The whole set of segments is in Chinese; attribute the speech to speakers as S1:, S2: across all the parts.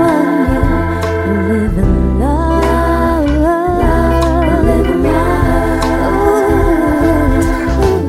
S1: one you live in love, live in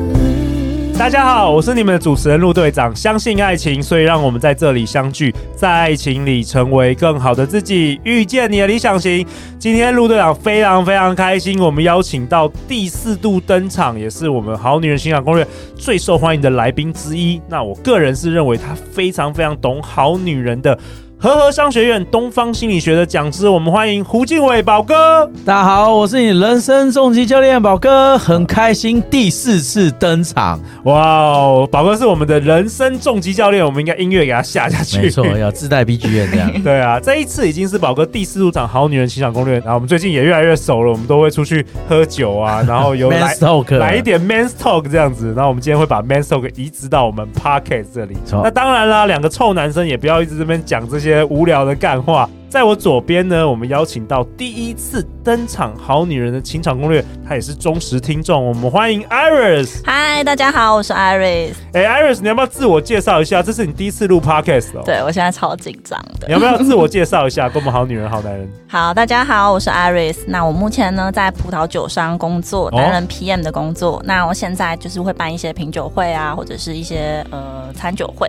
S1: love.
S2: 大家好，我是你们的主持人陆队长。相信爱情，所以让我们在这里相聚，在爱情里成为更好的自己，遇见你的理想型。今天陆队长非常非常开心，我们邀请到第四度登场，也是我们《好女人情感攻略》最受欢迎的来宾之一。那我个人是认为他非常非常懂好女人的。和和商学院东方心理学的讲师，我们欢迎胡敬伟宝哥。
S3: 大家好，我是你人生重疾教练宝哥，很开心第四次登场，
S2: 哇哦，宝哥是我们的人生重疾教练，我们应该音乐给他下下去。。
S3: 没错，要自带 BGM 这样
S2: 对啊，这一次已经是宝哥第四度场《好女人情场攻略》，然后我们最近也越来越熟了，我们都会出去喝酒啊，然后 有
S3: Man
S2: 来
S3: Talk
S2: 来一点 man talk 这样子。然后我们今天会把 man talk 移植到我们 pocket 这里。
S3: 错
S2: 那当然啦，两个臭男生也不要一直这边讲这些无聊的干话。在我左边呢，我们邀请到第一次登场《好女人的情场攻略》，她也是忠实听众，我们欢迎 Iris。
S4: 嗨，大家好，我是 Iris。
S2: 哎、i r i s 你要不要自我介绍一下？这是你第一次录 podcast 哦。。
S4: 对我现在超紧张的。
S2: 你要不要自我介绍一下？跟我们好女人、好男人。
S4: 好，大家好，我是 Iris。那我目前呢在葡萄酒商工作，担任 PM 的工作。那我现在就是会办一些品酒会啊，或者是一些呃餐酒会。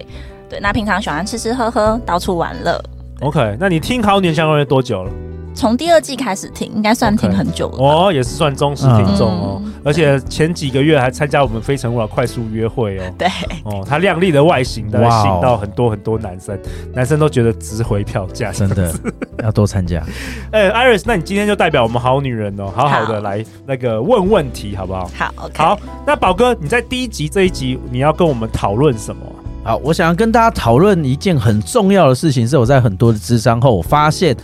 S4: 对，那平常喜欢吃吃喝喝，到处玩乐。
S2: OK，那你听《好年相关的多久了？
S4: 从第二季开始听，应该算听
S2: OK
S4: 很久了吧。
S2: 哦，也是算忠实听众哦，
S4: 嗯
S2: 而且前几个月还参加我们《非诚勿扰》快速约会
S3: 哎
S2: 哦。
S4: 对，
S2: 哦，她靓丽的外形，大概
S3: 哇哦
S2: 吸引到很多很多男生，男生都觉得值回票价。
S3: 嗯真的要多参加，
S2: 哎、i r i s 那你今天就代表我们好女人哦，好好的
S4: 好
S2: 来那个问问题，好不好？
S4: 好，OK。
S2: 好，那宝哥，你在第一集这一集你要跟我们讨论什么啊？
S3: 好，我想要跟大家讨论一件很重要的事情，是我在很多的智商后，我发现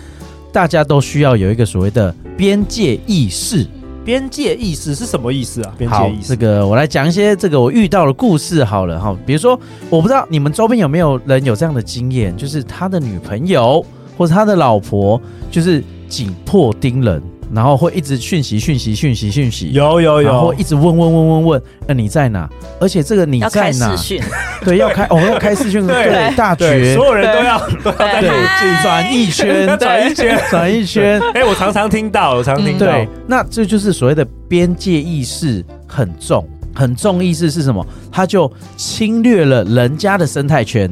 S3: 大家都需要有一个所谓的边界意识。
S2: 边界意识是什么意思啊？边
S3: 好
S2: 界意，识
S3: 这个我来讲一些这个我遇到的故事好了哈。比如说，我不知道你们周边有没有人有这样的经验，就是他的女朋友或者他的老婆，就是紧迫盯人，然后会一直讯息、讯息、讯息、讯息，
S2: 有有
S3: 然后
S2: 有
S3: 一，直问问问问问，那、你在哪？而且这个你
S4: 要
S3: 在
S4: 开视
S3: 哪？
S4: 讯，
S3: 对，要开哦，要开视讯，
S2: 对
S3: 对，大
S2: 对，
S3: 绝
S2: 所，有人都要都要在
S3: 对
S2: 那里
S4: 嗨，
S3: 转一圈，
S2: 转一圈
S3: 对，转一圈，
S2: 哎、我常常听到，我常常听到。
S3: 嗯对，那这就是所谓的边界意识很重，很重意识是什么？他就侵略了人家的生态圈，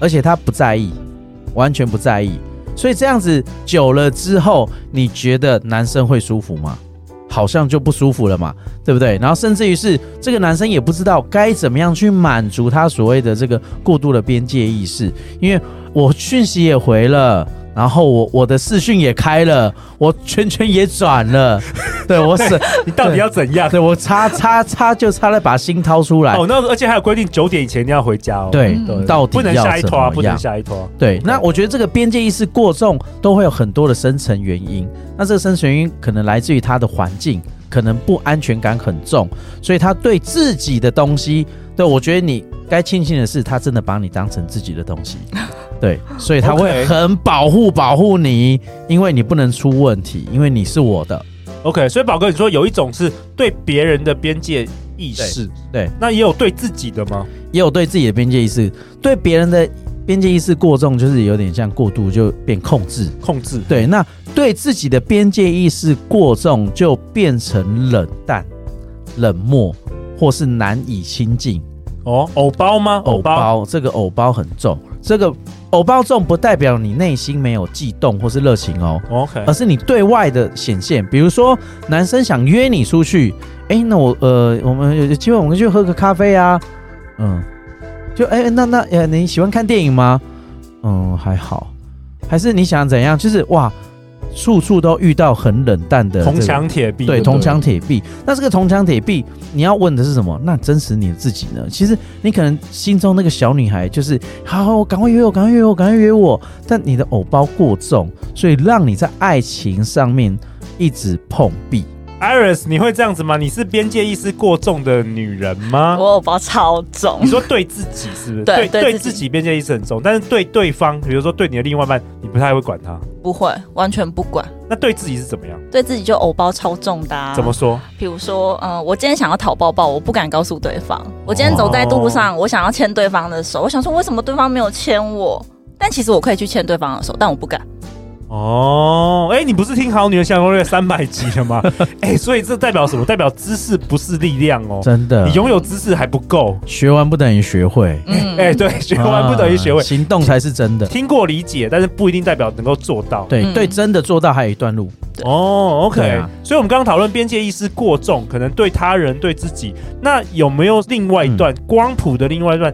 S3: 而且他不在意，完全不在意。所以这样子久了之后，你觉得男生会舒服吗？好像就不舒服了嘛，对不对？然后甚至于是这个男生也不知道该怎么样去满足他所谓的这个过度的边界意识，因为我讯息也回了，然后我我的视讯也开了，我圈圈也转 了，对我是
S2: 你到底要怎样？
S3: 对我擦擦擦就擦了把心掏出来，
S2: 哦，那而且还有规定，九点以前一定要回家哦。
S3: 对，
S4: 嗯
S3: 到底
S2: 不能
S3: 要
S2: 下一
S3: 怎
S2: 拖啊，
S3: 么
S2: 不能
S3: 样？
S2: 下一拖啊。
S3: 对，那我觉得这个边界意识过重都会有很多的深层原因。那这个深层原因可能来自于他的环境，可能不安全感很重，所以他对自己的东西，对我觉得你该庆幸的是，他真的把你当成自己的东 西，对，所以他
S2: OK
S3: 会很保护保护你，因为你不能出问题，因为你是我的。
S2: OK，所以宝哥，你说有一种是对别人的边界意识，
S3: 对，
S2: 那也有对自己的吗？
S3: 也有对自己的边界意识，对别人的边界意识过重，就是有点像过度就变控制。
S2: 控制。
S3: 对，那对自己的边界意识过重，就变成冷淡、冷漠，或是难以亲近。
S2: 哦，偶包吗？
S3: 偶，包，这个偶包很重，这个偶包重不代表你内心没有悸动或是热情哦，
S2: OK，
S3: 而是你对外的显现。比如说，男生想约你出去，哎，那我呃，我们有有机会我们去喝个咖啡啊，嗯，就哎，那那呃，你喜欢看电影吗？嗯，还好，还是你想怎样？就是哇，处处都遇到很冷淡的、这
S2: 铜
S3: 个
S2: 墙铁壁。
S3: 对，铜墙铁壁。那这个铜墙铁壁，你要问的是什么？那真实你自己呢？其实你可能心中那个小女孩就是，好好，赶快约我，赶快约我，赶快约我。但你的偶包过重，所以让你在爱情上面一直碰壁。
S2: Iris，你会这样子吗？你是边界意识过重的女人吗？
S4: 我有包超重
S2: 你，说对自己是不是？
S4: 对对
S2: 对
S4: 自己
S2: 自己边界意识很重，但是对对方，比如说对你的另外一半，你不太会管他。
S4: 不会，完全不管，
S2: 那对自己是怎么样？
S4: 对自己就偶包超重的、啊。
S2: 怎么？说？
S4: 比如说，嗯、我今天想要讨抱抱，我不敢告诉对方。我今天
S3: 哦
S4: 走在路上，我想要牵对方的手，我想说为什么对方没有牵我？但其实我可以去牵对方的手，但我不敢。
S2: 哦，哎，你不是听《好女人相攻略》三百集了吗？ 哎，所以这代表什么？代表知识不是力量哦。
S3: 真的，
S2: 你拥有知识还不够。
S3: 学完不等于学会，
S4: 嗯，
S2: 哎，对，学完不等于学会
S3: 啊，行动才是真的。
S2: 听过理解，但是不一定代表能够做到。
S3: 对、
S4: 嗯
S3: 对，真的做到还有一段路。
S2: 哦，OK，、
S3: 对啊
S2: 所以我们刚刚讨论边界意识过重，可能对他人、对自己，那有没有另外一段、
S3: 嗯
S2: 光谱的另外一段？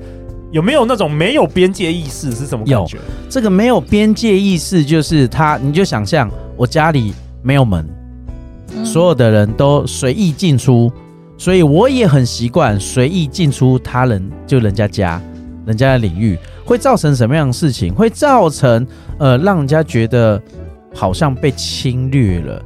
S2: 有没有那种没有边界意识是什么感觉？
S3: 这个没有边界意识，就是他，你就想象我家里没有门，
S4: 嗯
S3: 所有的人都随意进出，所以我也很习惯随意进出他人，就人家家、人家的领域，会造成什么样的事情？会造成呃，让人家觉得好像被侵略了，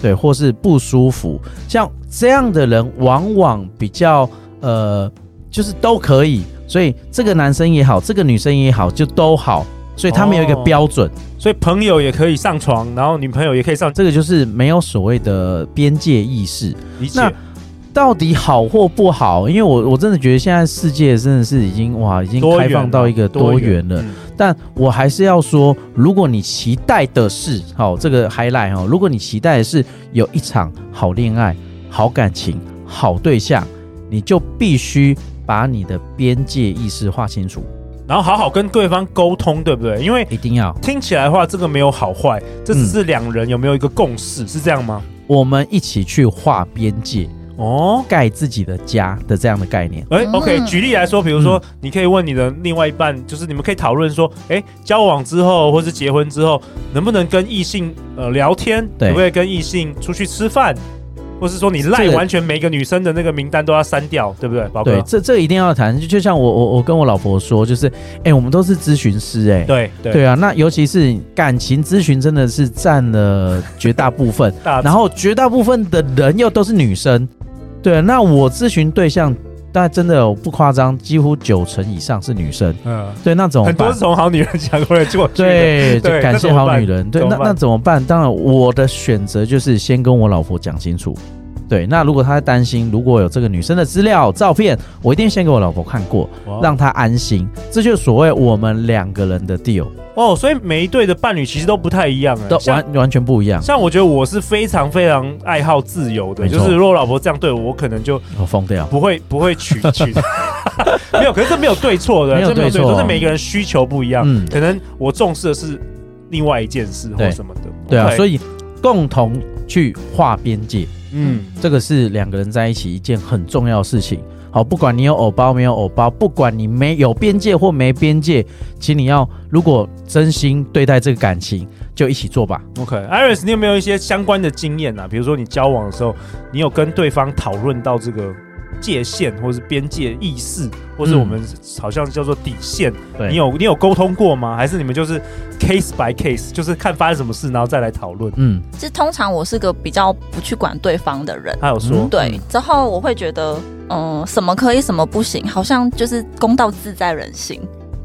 S3: 对，或是不舒服。像这样的人，往往比较呃，就是都可以，所以这个男生也好，这个女生也好，就都好。所以他们有一个
S2: 哦
S3: 标准，
S2: 所以朋友也可以上床，然后女朋友也可以上，
S3: 这个就是没有所谓的边界意识。
S2: 理解
S3: 那到底好或不好？因为我我真的觉得现在世界真的是已经哇，已经
S2: 多元哦
S3: 开放到一个多元了。
S2: 嗯
S3: 但我还是要说，如果你期待的是好、这个 highlight 哦，如果你期待的是有一场好恋爱、好感情、好对象，你就必须把你的边界意识画清楚，
S2: 然后好好跟对方沟通，对不对？因为
S3: 一定要
S2: 听起来的话，这个没有好坏，这只是两人有没有一个共识，是这样吗？
S3: 我们一起去画边界，
S2: 哦。
S3: 盖自己的家的这样的概念。
S2: 哎、
S4: 嗯
S2: o k 举例来说，比如说，你可以问你的另外一半，就是你们可以讨论说，哎、交往之后或是结婚之后，能不能跟异性呃聊天，
S3: 对
S2: 可不可以跟异性出去吃饭，或是说你赖
S3: 这个
S2: 完全每个女生的那个名单都要删掉，对不对，宝哥
S3: 对，？这这一定要谈，就就像我我我跟我老婆说，就是，哎、我们都是咨询师、哎，
S2: 对对
S3: 对啊，那尤其是感情咨询，真的是占了绝大
S2: ，
S3: 部分
S2: 大
S3: 然后绝大部分的人又都是女生。对啊，那我咨询对象，但真的我不夸张，几乎九成以上是女生。
S2: 嗯，
S3: 对，那怎么
S2: 很多
S3: 办
S2: 是？从好女人讲过来做去的，
S3: 对，就
S2: 对
S3: 感
S2: 那怎
S3: 谢
S2: 么
S3: 好
S2: 办
S3: 女人。对
S2: 怎，么
S3: 那
S2: 办
S3: 那怎么办？当然，我的选择就是先跟我老婆讲清楚。对，那如果她担心，如果有这个女生的资料、照片，我一定先给我老婆看过，
S2: 哇
S3: 让她安心。这就是所谓我们两个人的 deal，
S2: 哦，所以每一对的伴侣其实都不太一样、哎
S3: 都
S2: 像
S3: 完完全不一样。
S2: 像我觉得我是非常非常爱好自由的，
S3: 没错
S2: 就是如果老婆这样对我，我可能就
S3: 我哦疯掉。
S2: 不会不会取 取，没有，可是这没有对错的，
S3: 没有
S2: 这
S3: 对错啊
S2: 就是每个人需求不一样，
S3: 嗯
S2: 可能我重视的是另外一件事或
S3: 对
S2: 什么的，
S3: 对啊，所
S2: 以
S3: 以共同去划边界，
S2: 嗯，
S3: 这个是两个人在一起一件很重要的事情。好，不管你有偶包没有偶包，不管你没有边界或没边界，请你要如果真心对待这个感情，就一起做吧。
S2: OK，Iris，你有没有一些相关的经验啊？比如说你交往的时候，你有跟对方讨论到这个界限，或是边界意识，或是
S3: 嗯
S2: 我们好像叫做底线，
S3: 对
S2: 你有你有沟通过吗？还是你们就是 case by case，就是看发生什么事，然后再来讨论？
S3: 嗯，
S4: 其实通常我是个比较不去管对方的人，
S2: 他有说，
S3: 嗯
S4: 对，之后我会觉得，嗯、什么可以，什么不行，好像就是公道自在人心。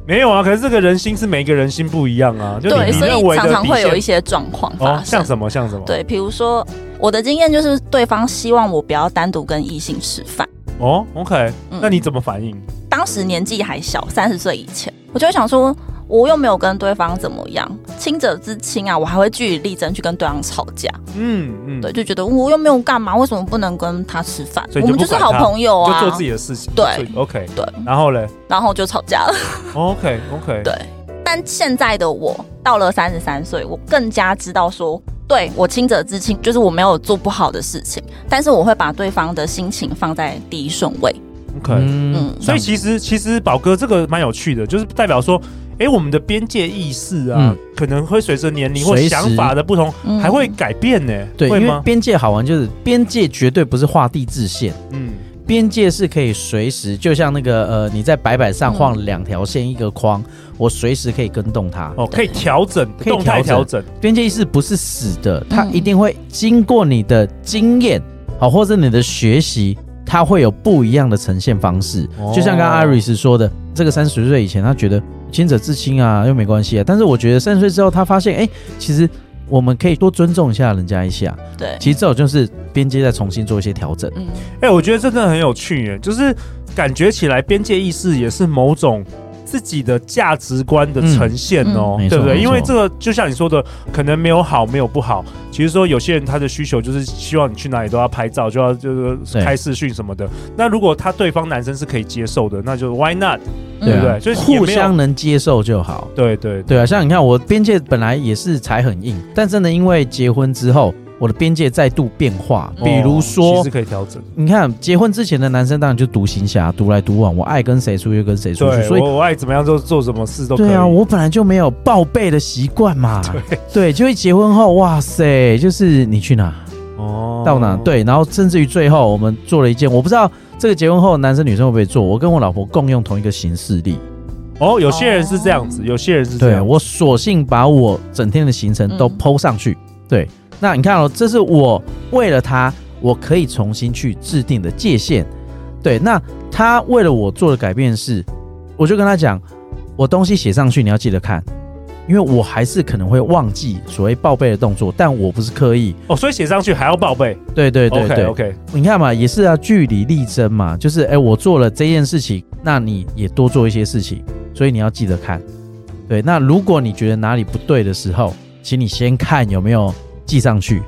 S2: 没有啊？可是这个人心是每个人心不一样啊，就
S4: 对，
S2: 你你
S4: 所
S2: 认
S4: 以
S2: 为
S4: 常
S2: 的
S4: 常
S2: 底
S4: 会有
S2: 线
S4: 一些状况
S2: 哦
S4: 发，生。
S2: 像什么像什么，
S4: 对，比如说我的经验就是，对方希望我不要单独跟异性吃饭。
S2: 哦，OK，
S4: 嗯
S2: 那你怎么反应？
S4: 当时年纪还小，三十岁以前，我就会想说，我又没有跟对方怎么样，亲者自亲啊，我还会据理力争去跟对方吵架。
S2: 嗯嗯，
S4: 对，，就觉得我又没有干嘛，为什么不能跟他吃饭？
S2: 所以
S4: 我
S2: 你就
S4: 们就是
S2: 不管
S4: 好
S2: 他
S4: 朋友
S2: 就
S4: 啊。
S2: 做自己的事情，
S4: 对
S2: 所以，OK，
S4: 对，
S2: 然后嘞
S4: 然后就吵架了。
S2: ，OK OK，
S4: 对但现在的我到了三十三岁，我更加知道说，对我亲者自亲，就是我没有做不好的事情，但是我会把对方的心情放在第一顺位。
S2: ，OK，
S3: 嗯
S4: 嗯，
S2: 所以其实其实宝哥这个蛮有趣的，就是代表说，哎、我们的边界意识啊，
S3: 嗯
S2: 可能会随着年龄或
S3: 随时
S2: 想法的不同，
S4: 嗯
S2: 还会改变呢、
S3: 对，
S2: 会
S3: 因为
S2: 吗？
S3: 边界好玩就是边界绝对不是画地自限，
S2: 嗯，
S3: 边界是可以随时，就像那个呃，你在白板上画两条线一个框，我随时可以跟动它。
S2: 哦，可以调整，
S3: 可以
S2: 动态调
S3: 调
S2: 整，
S3: 边界意识不是死的，它
S4: 嗯
S3: 一定会经过你的经验好，或者你的学习，它会有不一样的呈现方式。
S2: 哦
S3: 就像刚刚艾瑞斯说的，这个三十岁以前，他觉得清者自清啊，又没关系啊。但是我觉得三十岁之后，他发现，哎、其实我们可以多尊重一下人家一下。
S4: 对，
S3: 其实这种就是边界再重新做一些调整。
S4: 嗯，
S2: 哎、我觉得这真的很有趣耶，就是感觉起来边界意识也是某种自己的价值观的呈现哦，
S3: 嗯嗯
S2: 对不对？
S3: 没错没错
S2: 因为这个就像你说的，可能没有好，没有不好。其实说有些人他的需求就是希望你去哪里都要拍照，就要就是
S3: 对
S2: 开视讯什么的。那如果他对方男生是可以接受的，那就 Why not？
S4: 对
S2: 不
S3: 啊
S2: 对就是也
S3: 互
S2: 没有
S3: 相能接受就好。
S2: 对对
S3: 对啊，像你看，我边界本来也是才很硬，但真的因为结婚之后，我的边界再度变化。
S4: 嗯
S3: 比如
S2: 其
S3: 说
S2: 实，可以调整，
S3: 你看结婚之前的男生当然就独行侠，独来独往，我爱跟谁出去就跟谁出去，
S2: 对
S3: 所以
S2: 我我爱怎么样就做什么事都可以。
S3: 对啊，我本来就没有报备的习 惯嘛。对，就一结婚后，哇塞，就是你去哪
S2: 哦
S3: 到哪，对，然后甚至于最后我们做了一件，我不知道这个结婚后男生女生会不会做，我跟我老婆共用同一个行事历。
S2: 哦，有些人是这样子，有些人是这
S3: 对
S2: 样子。
S3: 我索性把我整天的行程都
S4: 嗯
S3: 剖上去。对，那你看哦，这是我为了他，我可以重新去制定的界限。对，那他为了我做的改变是，我就跟他讲，我东西写上去，你要记得看，因为我还是可能会忘记所谓报备的动作，但我不是刻意。
S2: 哦，所以写上去还要报备。
S3: 对对对
S2: OK
S3: 对
S2: OK，
S3: 你看嘛，也是啊，据理力争嘛，就是哎、我做了这件事情，那你也多做一些事情，所以你要记得看。对，那如果你觉得哪里不对的时候，请你先看有没有记上去。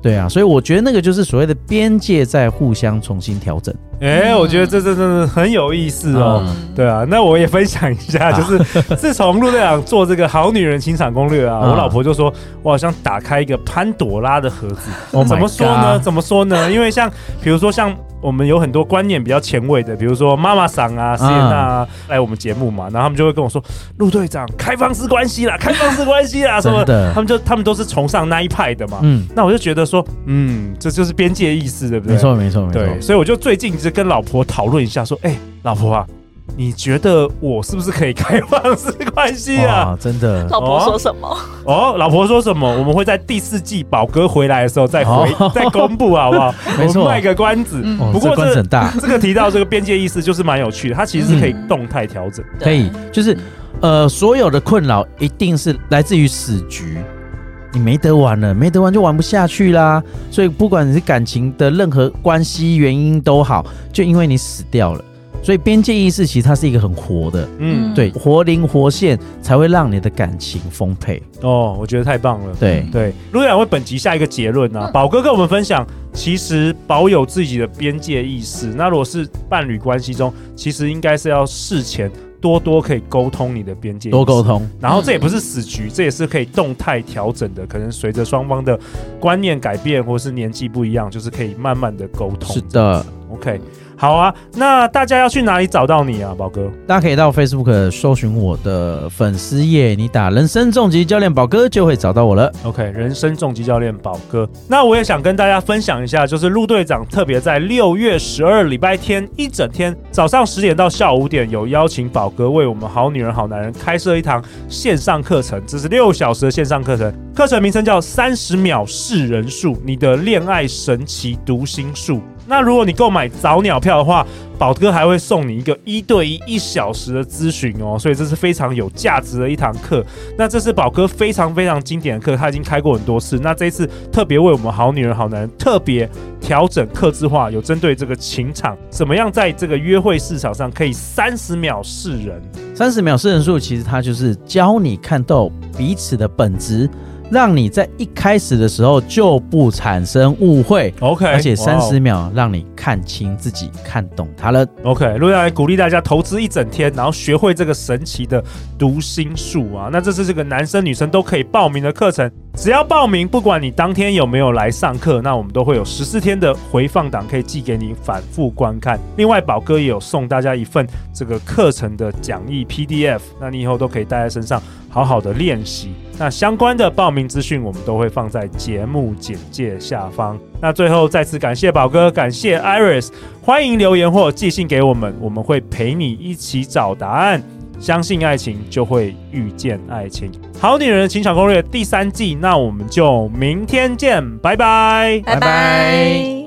S3: 对啊，所以我觉得那个就是所谓的边界在互相重新调整。
S2: 哎、我觉得这这真的很有意思哦。
S4: 嗯
S2: 对啊，那我也分享一
S3: 啊
S2: 下，就是自从陆队长做这个《好女人情场攻略》啊，
S3: 嗯
S2: 我老婆就说，我好像打开一个潘朵拉的盒子。
S3: Oh my
S2: 怎么说呢？
S3: God？
S2: 怎么说呢？因为像比如说像我们有很多观念比较前卫的，比如说妈妈桑啊、
S3: 嗯
S2: 谢娜啊、来我们节目嘛，然后他们就会跟我说，陆队长开放式关系啦，开放式关系啦什么
S3: 真的
S2: 他们就他们都是崇尚那一派的嘛。
S3: 嗯，
S2: 那我就觉得说，嗯，这就是边界意识，对不对？
S3: 没错没错没错。
S2: 对，所以我就最近就跟老婆讨论一下，说，哎、老婆啊，你觉得我是不是可以开放式关系啊？
S3: 哇，真的
S4: 老婆说什么？
S2: 哦，老婆说什么？我们会在第四季宝哥回来的时候再回、
S3: 哦
S2: 再公布，好 不好？
S3: 没错
S2: 我们卖个关子。
S4: 嗯
S3: 哦，
S2: 不过
S3: 这官
S2: 这
S3: 很大，嗯
S2: 这个提到这个边界意识就是蛮有趣的，它其实是可以动态调整。
S3: 可以
S4: 对，
S3: 就是呃，所有的困扰一定是来自于死局，你没得玩了，没得玩就玩不下去啦。所以不管你是感情的任何关系原因都好，就因为你死掉了。所以边界意识其实它是一个很活的，
S2: 嗯，
S4: 嗯
S3: 对，活灵活现才会让你的感情丰沛。
S2: 哦，我觉得太棒了。
S3: 对，
S4: 嗯
S2: 对，陆远为本集下一个结论啊，宝哥跟我们分享，其实保有自己的边界意识。那如果是伴侣关系中，其实应该是要事前多多可以沟通你的边界，
S3: 多沟。通，
S2: 然后这也不是死局，这也是可以动态调整的。可能随着双方的观念改变，或是年纪不一样，就是可以慢慢的沟通。
S3: 是的。
S2: ，OK，好啊。那大家要去哪里找到你啊，宝哥？
S3: 大家可以到 Facebook 搜寻我的粉丝页，你打“人生重疾教练宝哥”就会找到我了。
S2: OK，人生重疾教练宝哥，那我也想跟大家分享一下，就是陆队长特别在六月十二礼拜天一整天，早上十点到下午五点，有邀请宝哥为我们好女人好男人开设一堂线上课程，这是六小时的线上课程，课程名称叫三十秒识人术，你的恋爱神奇读心术。那如果你购买早鸟票的话，宝哥还会送你一个一对一一小时的咨询哦，所以这是非常有价值的一堂课。那这是宝哥非常非常经典的课，他已经开过很多次。那这一次特别为我们好女人好男人特别调整客制化，有针对这个情场怎么样在这个约会市场上可以三十秒示人。
S3: 三十秒四人术，其实它就是教你看透彼此的本质，让你在一开始的时候就不产生误会，
S2: OK，
S3: 而且三
S2: 哦
S3: 十秒让你看清自己，看懂他了。
S2: OK，陆亚来鼓励大家投资一整天，然后学会这个神奇的读心术啊！那这是这个男生女生都可以报名的课程，只要报名，不管你当天有没有来上课，那我们都会有十四天的回放档可以寄给你反复观看。另外，宝哥也有送大家一份这个课程的讲义 PDF，那你以后都可以带在身上，好好的练习。那相关的报名资讯我们都会放在节目简介下方。那最后再次感谢宝哥，感谢 Iris。欢迎留言或寄信给我们，我们会陪你一起找答案。相信爱情，就会遇见爱情。好女人的情场攻略第三季，那我们就明天见，拜拜。
S4: 拜
S3: 拜拜
S4: 拜。